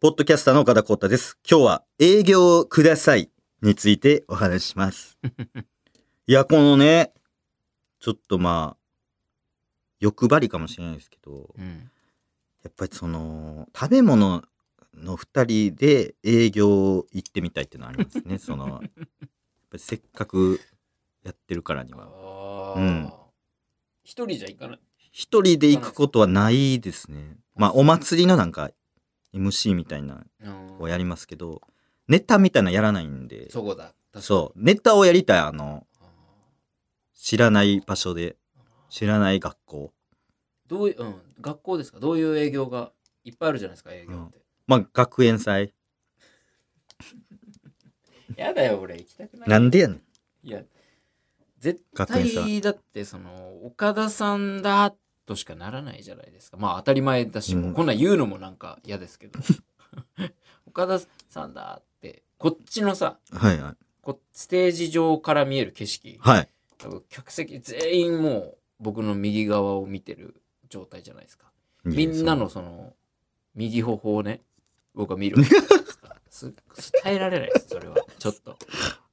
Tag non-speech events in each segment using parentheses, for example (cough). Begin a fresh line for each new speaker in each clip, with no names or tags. ポッドキャスターの岡田光太です。今日は営業くださいについてお話しします。いや、このね、ちょっとまあ、欲張りかもしれないですけど、
(laughs) うん。
やっぱりその、食べ物の二人で営業行ってみたいっていうのはありますね。その、やっぱりせっかくやってるからには。
あ
う
あ
ん。
一人じゃ行かない。
一人で行くことはないですね。まあ、お祭りのなんか、MC みたいな
うん
をやりますけど、ネタみたいなのやらないんで、
そこだ。
そう、ネタをやりたい、あの、
う。
知らない場所で、知らない学校。
どういう、うん、学校ですかどういう営業がいっぱいあるじゃないですか、営業って。
まあ、学園祭。
やだよ、俺、行きたくない。
なんでやねん。
いや、絶
学園祭
対だって、その、岡田さんだとしかならないじゃないですか。まあ、当たり前だし、
うん
もうこんなん言うのもなんか嫌ですけど。 (laughs) 岡田さんだって、こっちのさ、
はいはい。
こステージ上から見える景色。
はい。
多分客席全員もう僕の右側を見てる状態じゃないですか。みんなのその右頬をね、僕は見るわけじゃないですか。すす耐えられないです、それは。ちょっと。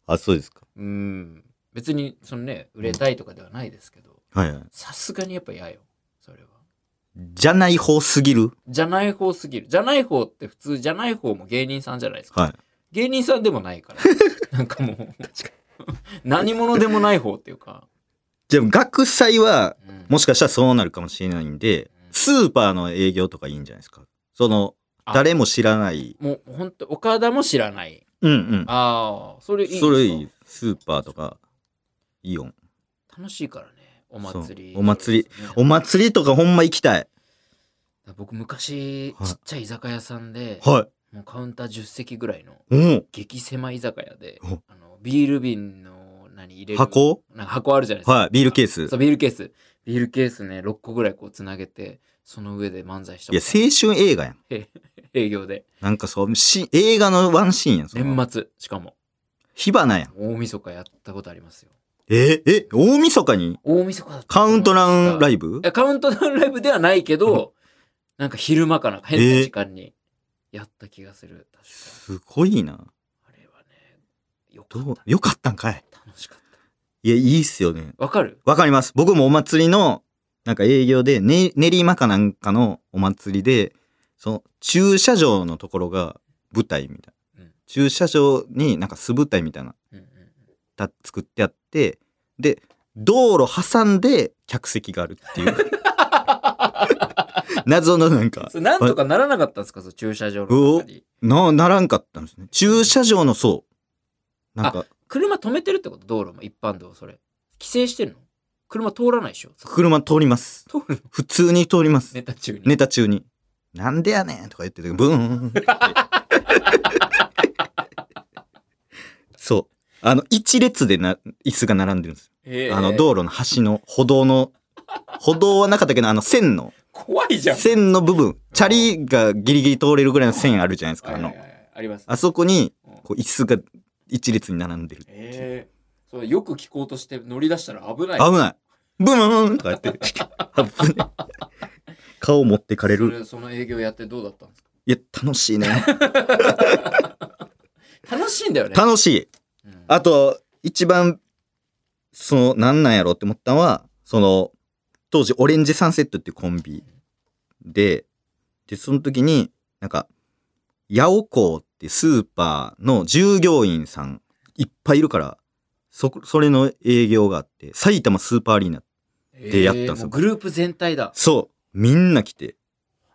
あ、そうですか。
うん。別にそのね、売れたいとかではないですけど、
はいはい。
さすがにやっぱ嫌よ、それは。
じゃない方すぎる。
じゃない方すぎる。じゃない方って普通、じゃない方も芸人さんじゃないですか。
はい。
芸人さんでもないから。
(laughs)
なんかもう、何者でもない方っていうか。
じゃあ、学祭は、
うん
もしかしたらそうなるかもしれないんで、スーパーの営業とかいいんじゃないですか。その、
あ
誰も知らない。
もう本当岡田も知らない。
うんうん。
ああ、それいいですか
それいい。スーパーとか、イオン。
楽しいからね。お祭り、
そうお祭り
そうですね。
お祭りとかほんま行きたい。
僕昔、
はい
ちっちゃい居酒屋さんで、
は
もうカウンター10席ぐらいの
い。うん。
激狭い居酒屋で
お、
あのビール瓶の何入れる
箱
なんか箱あるじゃないですか。
はい。ビールケース。
そう、ビールケース。ビールケースね、6個ぐらいこうつなげて、その上で漫才した
いや、青春映画やん。
営業で。
なんかそう、し映画のワンシーンやん。その
年末、しかも。
火花やん。
大晦日やったことありますよ。
え、え、大晦日に
大晦日だったと
カ
思
ウ
うん
ン
です
トダ
が
ウンライブ
いやカウントダウンライブではないけど、なんか昼間かなんか変な時間にやった気がする。確か
すごいな。
あれはね、よか
ど
っ
う
た、。
よかったんかい。
楽しかった。
いや、いいっすよね。
わかる
わかります。僕もお祭りの、なんか営業で、ね、練馬かなんかのお祭りで、その駐車場のところが舞台みたいな。
うん
駐車場になんか素舞台みたいな、
うんう
(laughs)
んうん。
た作ってあって、で、道路挟んで客席があるって
(laughs)
いう。謎のなんか
そ、れなんとかならなかったんですかその駐車場の中に。
な、ならんかったんですね。駐車場のそう。なんか、
車止めてるってこと道路も一般道、それ。規制してるの車通らないでしょそこ
車通ります。
通るの
普通に通ります。
ネタ中に。
ネタ中に。なんでやねんとか言ってて、ブーン
(laughs)
って。そう。あの、一列でな、椅子が並んでるんです
えー
よ。あの、道路の端の、歩道の、歩道はなかったけど、あの、線の、
怖いじゃん。
線の部分、チャリがギリギリ通れるぐらいの線あるじゃないですか。
は
あ
いはい
の
は、いあります。
あそこに、
うん
こう、椅子が一列に並んでる。
えーそうよく聞こうとして乗り出したら危ない。
危ない。ブーンとかやって、危ない。顔持ってかれ
そ
る。
れその営業やってどうだったんですか
いや、楽しいね。
楽しいんだよね。
楽しい。
うん
あと、一番、その、なんなんやろって思ったのは、その、当時、オレンジサンセットっていうコンビで、で、その時に、なんか、ヤオコーってスーパーの従業員さん、いっぱいいるから、そ、それの営業があって、埼玉スーパーアリーナ。でやったんですよ
えーもうグループ全体だ。
そう、みんな来て。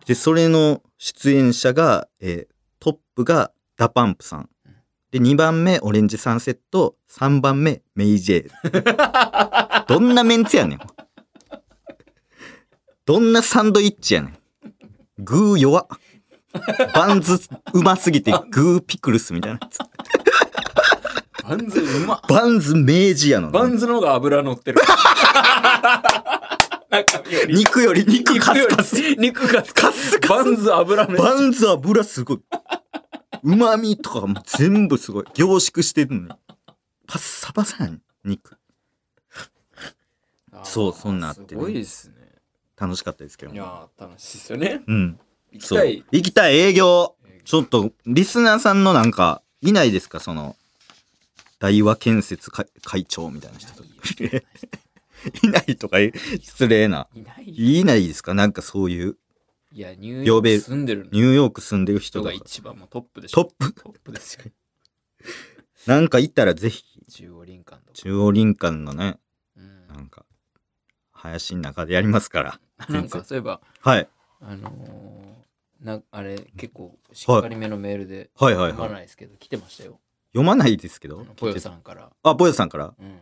で、それの出演者が、えートップがダパンプさん
うん。
で、2番目、オレンジサンセット。3番目、メイジェイ。
(laughs)
どんなメンツやねん。どんなサンドイッチやねん。グー弱っ。バンズうますぎてグーピクルスみたいなやつ。
バンズうまっ
バンズ明治やの
バ
に。
ンズの方が油乗 (laughs) ってる。中身より
肉より肉カスカス。
ス。肉カス
カスカス
バンズ油めっちゃ
バンズ油すごい。うまみとかも全部すごい。凝縮してるのに。パッサパサやん、肉。
あー
そうそんなんあってね
すごいですね。
楽しかったですけど
い
も。
やー楽しいですよね。
うん。
行き
そ
た
う
い。。
行きたい営業。ちょっと、リスナーさんのなんか、いないですかその、大和建設会会長みたいな人 (laughs) とか。いないとか言う、失礼な。
いないよ。
いないですかなんかそういう、
いや、ニューヨーク住んでる
ニューヨーク住んでる人
人
が
が、一番もうトップでし
トッ
ょ。
プ、
トップです
(laughs)
よ。
なんかいたらぜひ、
中央林間とか。
中央林間のね、
う
なんんか、林の中でやりますから。
なんか、そういえば、
はい。
あのー、なあれ、結構、しっかりめのメールで、
はいはい
読
は
ま
い。
ないですけど、来てましたよ。
読まないですけ
あ
ど
の。ぽよさんから。
あ、ぽよさんから。
うん。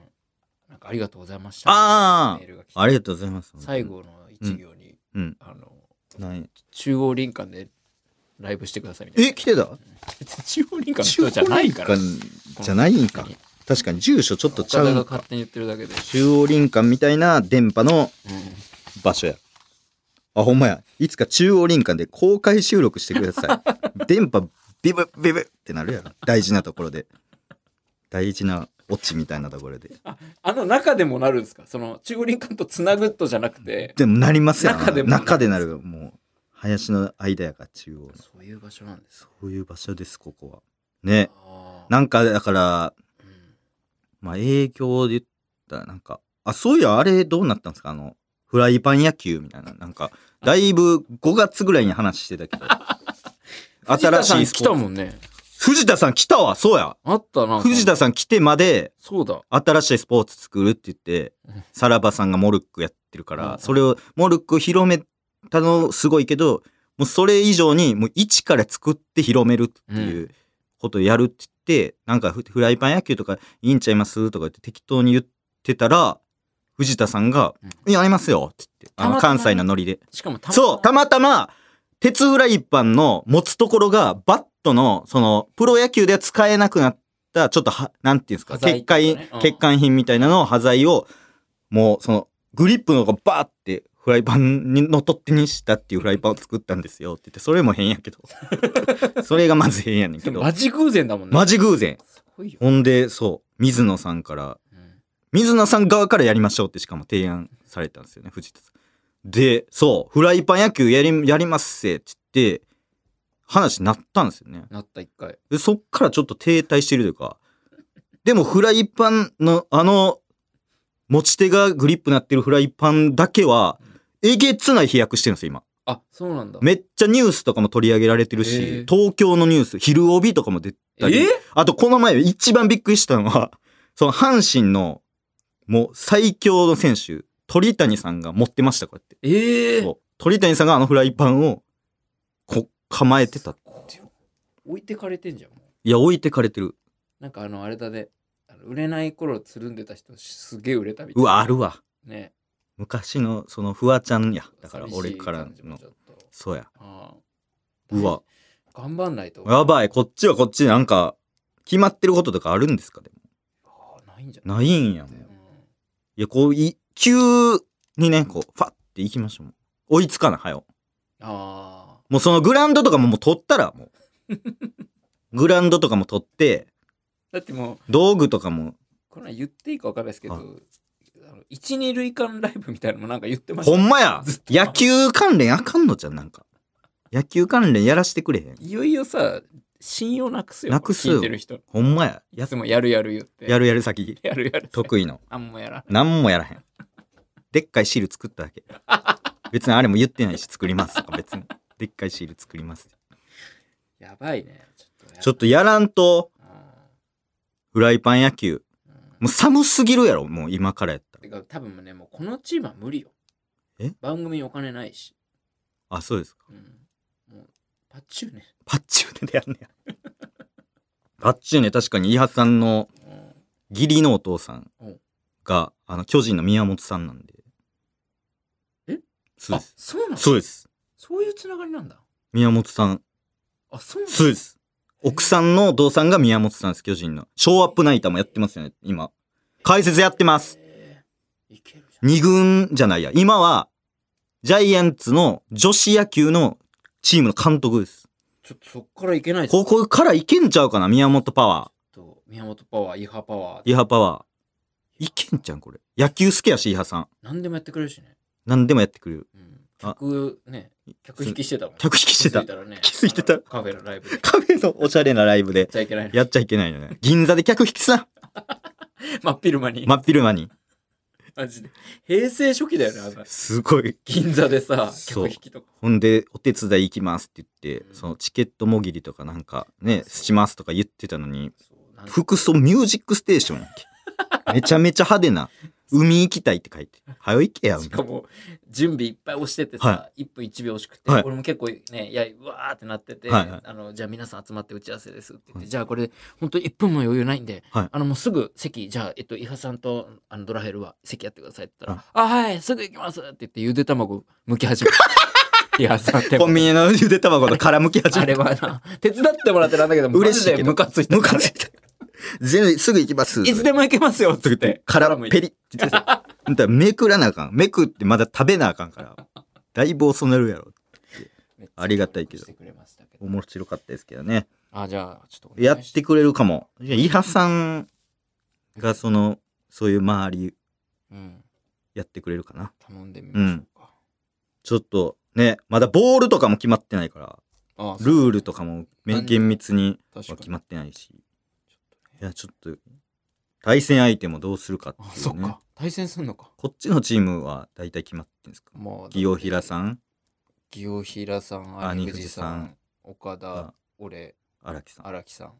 なんか、ありがとうございました。
あー
メールが来て
ありがとうございます。
最。後の一行に、
うん。
あの、
ない。
中央林間でライブしてくださいみたいな。
え、来てた
別に中央林間の人じゃないから。
中央林間じゃないんか。確かに住所ちょっとち
ち
ゃ
ゃ
う
が
んか。
勝手に言ってるだけで。
中央林間みたいな電波の場所や。あ、ほんまや。いつか中央林間で公開収録してくださ
(laughs)
い。電波ビブビブってなるやろ。大事なところで。大事なオチみたいなところで。
あの中でもなるんですかその中央林間とつなぐとじゃなくて。
でもなりますやん。
中でも
中でなる。もう、林の間やから中央の。
そういう場所なんです。
そういう場所です、ここは。ね。
あー
なんか、だから、
うん
まあ、営業で言ったら、なんか、あ、そういや、あれどうなったんですかあの、フライパン野球みたいな。なんか、だいぶ5月ぐらいに話してたけど。新しい
(laughs) 藤田さん
ス
来
ポ
た
ーツ。
もんね。
藤田さん来たわ、そうや。
あったな。
藤田さん来てまで、
そうだ。
新しいスポーツ作るって言って
うん、
さらばさんがモルックやってるか
うんう
ら
ん、
それを、モルック広めたのすごいけど、もうそれ以上に、もう一から作って広めるっていうことをやるって言って、なんかフフライパン野球とかいいんちゃいますとか言って適当に言ってたら、藤田さんが
うん、
いや、ありますよって言って、あの
たまたまね
関西のノリで。
しかもた
そう、たまたま、鉄フライパンの持つところが、バットの、その、プロ野球では使えなくなった、ちょっとは、なんていうんですか、
端材
欠陥、
とかねうん
欠陥品みたいなのを端材を、もう、その、グリップの方がバーって、フライパンにの取っ手にしたっていうフライパンを作ったんですよって言って、それも変やけ
(laughs)
ど。それがまず変やねんけど。
マジ偶然だもんね。
マジ偶然。
すごいよ。
ほんで、そう、水野さんから、
うん
水野さん側からやりましょうってしかも提案されたんですよね藤田さん。でそうフライパン野球やりやりますせって言って話になったんですよね。
なった一回。
でそっからちょっと停滞してるというかでもフライパンのあの持ち手がグリップなってるフライパンだけはえげつない飛躍してるんですよ今。
あ、そうなんだ。
めっちゃニュースとかも取り上げられてる
へ
し
ー
東京のニュース「昼帯」とかも出たり
え
あとこの前一番びっくりしたのは、その阪神のもう最強の選手、鳥谷さんが持ってました、こうやっ
え
て。
え
そう鳥谷さんがあのフライパンをこ構えてた。
置いてかれてんじゃん。もう
いや、置いてかれてる。
なんかあの、あれだね。あの売れない頃つるんでた人すげえ売れたみたいうな。
わ、あるわ。
ね。
昔のそのフワちゃんや。だから俺から
寂しい感じも
の
ち。ょっと。
そうや。
ああ
うわ。。
頑張んないと。
や
い。
ばい、こっちはこっちでなんか、決まってることとかあるんですかでも
ないんじゃない
ないんやもん。いや、こうい、急にね、こう、ファって行きましょう。追いつかない、はよ。
あ
もうそのグラウンドとかももう取ったら、も
(laughs)
う。グラウンドとかも取って、
あ。だってもう、
道具とかも、
これ言っていいか分かんないですけど、
は
あ
い
の一二塁間ライブみたいなのもなんか言ってました
ほ
ね。
んまや
ずっと
野球関連あかんのじゃん、なんか。野球関連やらしてくれへん。
いよいよさ、信用なくすよ。
なくすよ
聞いてる人。
ほんまや。
い
や
つもやるやる言って。
やるやる先、
やるやる。
得意の。
あんまやらん。
なんもやらへん。でっかいシール作っただけ。別にあれも言ってないし、作りますとか、別に。でっかいシール作ります。
やばいね。ちょっとや
ちょっとやらんと、
あ
フライパン野球。
ーうん
もう寒すぎるやろ、もう今からやったら。
てか多分ね、もうこのチームは無理よ。
え
番組にお金ないし。
あ、そうですか。
うん。もう、パッチューね。
パッチューネでやんねや。パッチューネ確かに伊波さんの
うん
義理のお父さんが、あの巨人の宮本さんなんで。
え
そう
あ
です。
そうなの
そうです。
そういうつながりなんだ。
宮本さん。
あ、そうなの
そうです。奥さんのお父さんが宮本さんです、巨人の。ショーアップナイターもやってますよね、今。解説やってます。
えーいけるじゃん。
二軍じゃないや。今は、ジャイアンツの女子野球のチームの監督です。
ちょっとそっからいけないです
ここからいけんちゃうかな、宮本パワ
と宮本パワー、イハパワ
ー。
ー、
イハパワー。いけんちゃうん、これ。野球好きやし、イハさん。
何でもやってくれるしね。
何でもやってくれる。
うん、客ね、客引きしてたもん。
客引き (laughs) してた
気づいたらね。
気づいてた
あのカフェのライ
(laughs)
ブで。や
カフェのおしゃれなライブで
っちゃいけないの。
やっちゃいけないよね。銀座で客引きさ、
(laughs) 真っ昼間に。
真っ昼間に。
マジで。平成初期だよね、あんな
すごい。
銀座でさ、
そう
客引きとか。
ほんで、お手伝い行きますって言って
う、ん
そのチケットもぎりとかなんかね、しますとか言ってたのに、
そうなんか
服装ミュージックステーションやん (laughs) け。めちゃめちゃ派手な。海行きたいって書いて。はよ行けや、み
した
い
かも、準備いっぱい押しててさ
は、
1分1秒惜しくて、
はい
俺も結構ね、いや、うわーってなってて、
はいはい
あの、じゃあ皆さん集まって打ち合わせですって言って、
はい
じゃあこれ、本当に1分も余裕ないんで、
はい
あの、もうすぐ席、じゃあ、えっと、伊波さんとあのドラヘルは席やってくださいって言った
は
ら、あ、はい、すぐ行きますって言って、ゆで卵剥き
(laughs)
始めた。伊波さんって
な。コンビニのゆで卵と絡むき始
あ
め
れ
た。
はな、手伝ってもらってなんだけど、
嬉しいけど
マジでムカついた。
ムカついた。全部すぐ行きます。
いつでも行けますよって言って。
からペリって言ってた。ほんとはめくらなあかん。めくってまだ食べなあかんから。だいぶ遅なるやろ。ありがたいけど
してくれましたけど。
面白かったですけどね。
あ、じゃあ、ちょっとお願いし
や
ます。
ってくれるかも。いや、イハさんがその、そういう周り
うん。
やってくれるかな。
頼んでみましょうか。
ちょっとね、まだボールとかも決まってないから、
ああ
ルールとかもめ厳密に
確か
は
に
決まってないし。
ちょっと
い
ね
や、ちょっと、対戦相手もどうするかって
あ、
い
そうっ
ね
か。。対戦すんのか。
こっちのチームは大体決まってるんですか
もう、
清平
ん。
さん、
清平さん、
兄
兄
藤
藤
さ
さ
ん
ん、岡
あ
田、俺、
荒木さん。
荒木さん。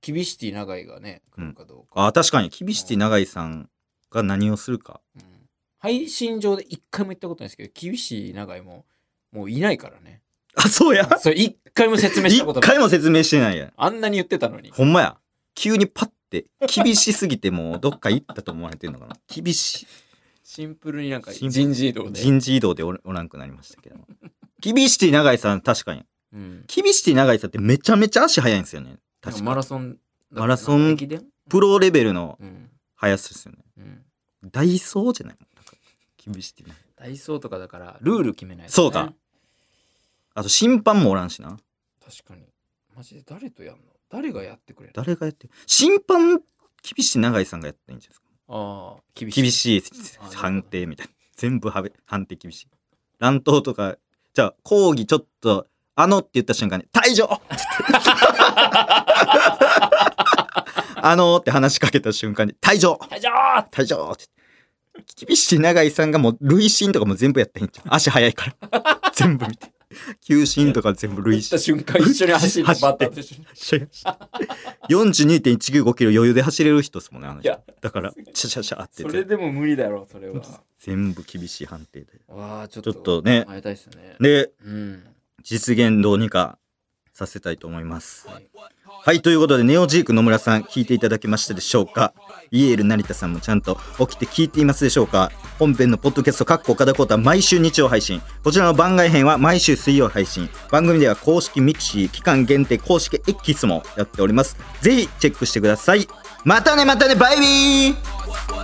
キビシティ長井がね、来るかどうか。
あ、確かに、厳しい永井さんが何をするか。
うん配信上で一回も言ったことないですけど、厳しい長井も、もういないからね。
あ、そうや。
それ一回も説明したこ
一
とない。
回も説明してないやん。
あんなに言ってたのに。
ほんまや。急にパッて、厳しすぎてもうどっか行ったと思われてんのかな。厳しい。
シンプルになんか
シンプル
人事異動で。
人事異動でおらおらんくなりましたけども。厳しい永井さん、確かに。
うん。
厳しい永井さんってめちゃめちゃ足速いんですよね。確
マ
か
ラ
に。
ソン
マラソン
駅伝
プロレベルの
うん。
速さですよね。
うん。
ダイソーじゃないもんなんか厳しい永井。
ダイソーとかだから、ルール決めないとね
そうか。あと審判もおらんしな。
確かに。マジで誰とやんの誰がやってくれるあ
誰がやって審判、厳しい永井さんがやったらいいんじゃないですか。
あ、厳しい。
厳しい
あなるほど
判定みたいな全部はべ判定厳しい乱闘とかじゃあ抗議ちょっとあのって言った瞬間に「退場! (laughs) って言って」あのーって話しかけた瞬間に「退場
大丈夫
退場!」って言って厳しい永井さんがもう累進とかも全部やってんじゃん足速いから全部見て球審とか全部累
打った (laughs)
進
瞬
(laughs)
間一緒に走るバ
走って
ッターと一緒に。
42.195キロ余裕で走れる人ですもんねあの
い
人
や、
だからシャシャシャってや
そ
って
れでも無理だろ、それは。
全部厳しい判定で
わあ、ちょっ
ちょ
と。
っとね
会いたいですね。
で
うん。
実現どうにかさせたいと思います。
は
はいい、ということで、ネオジーク野村さん、聞いていただけましたでしょうかイエール成田さんもちゃんと起きて聞いていますでしょうか本編のポッドキャスト、かっこ岡田コータは毎週日曜配信。こちらの番外編は毎週水曜配信。番組では公式ミクシー、期間限定公式 X もやっております。ぜひチェックしてください。またね、またね、バイビー
What,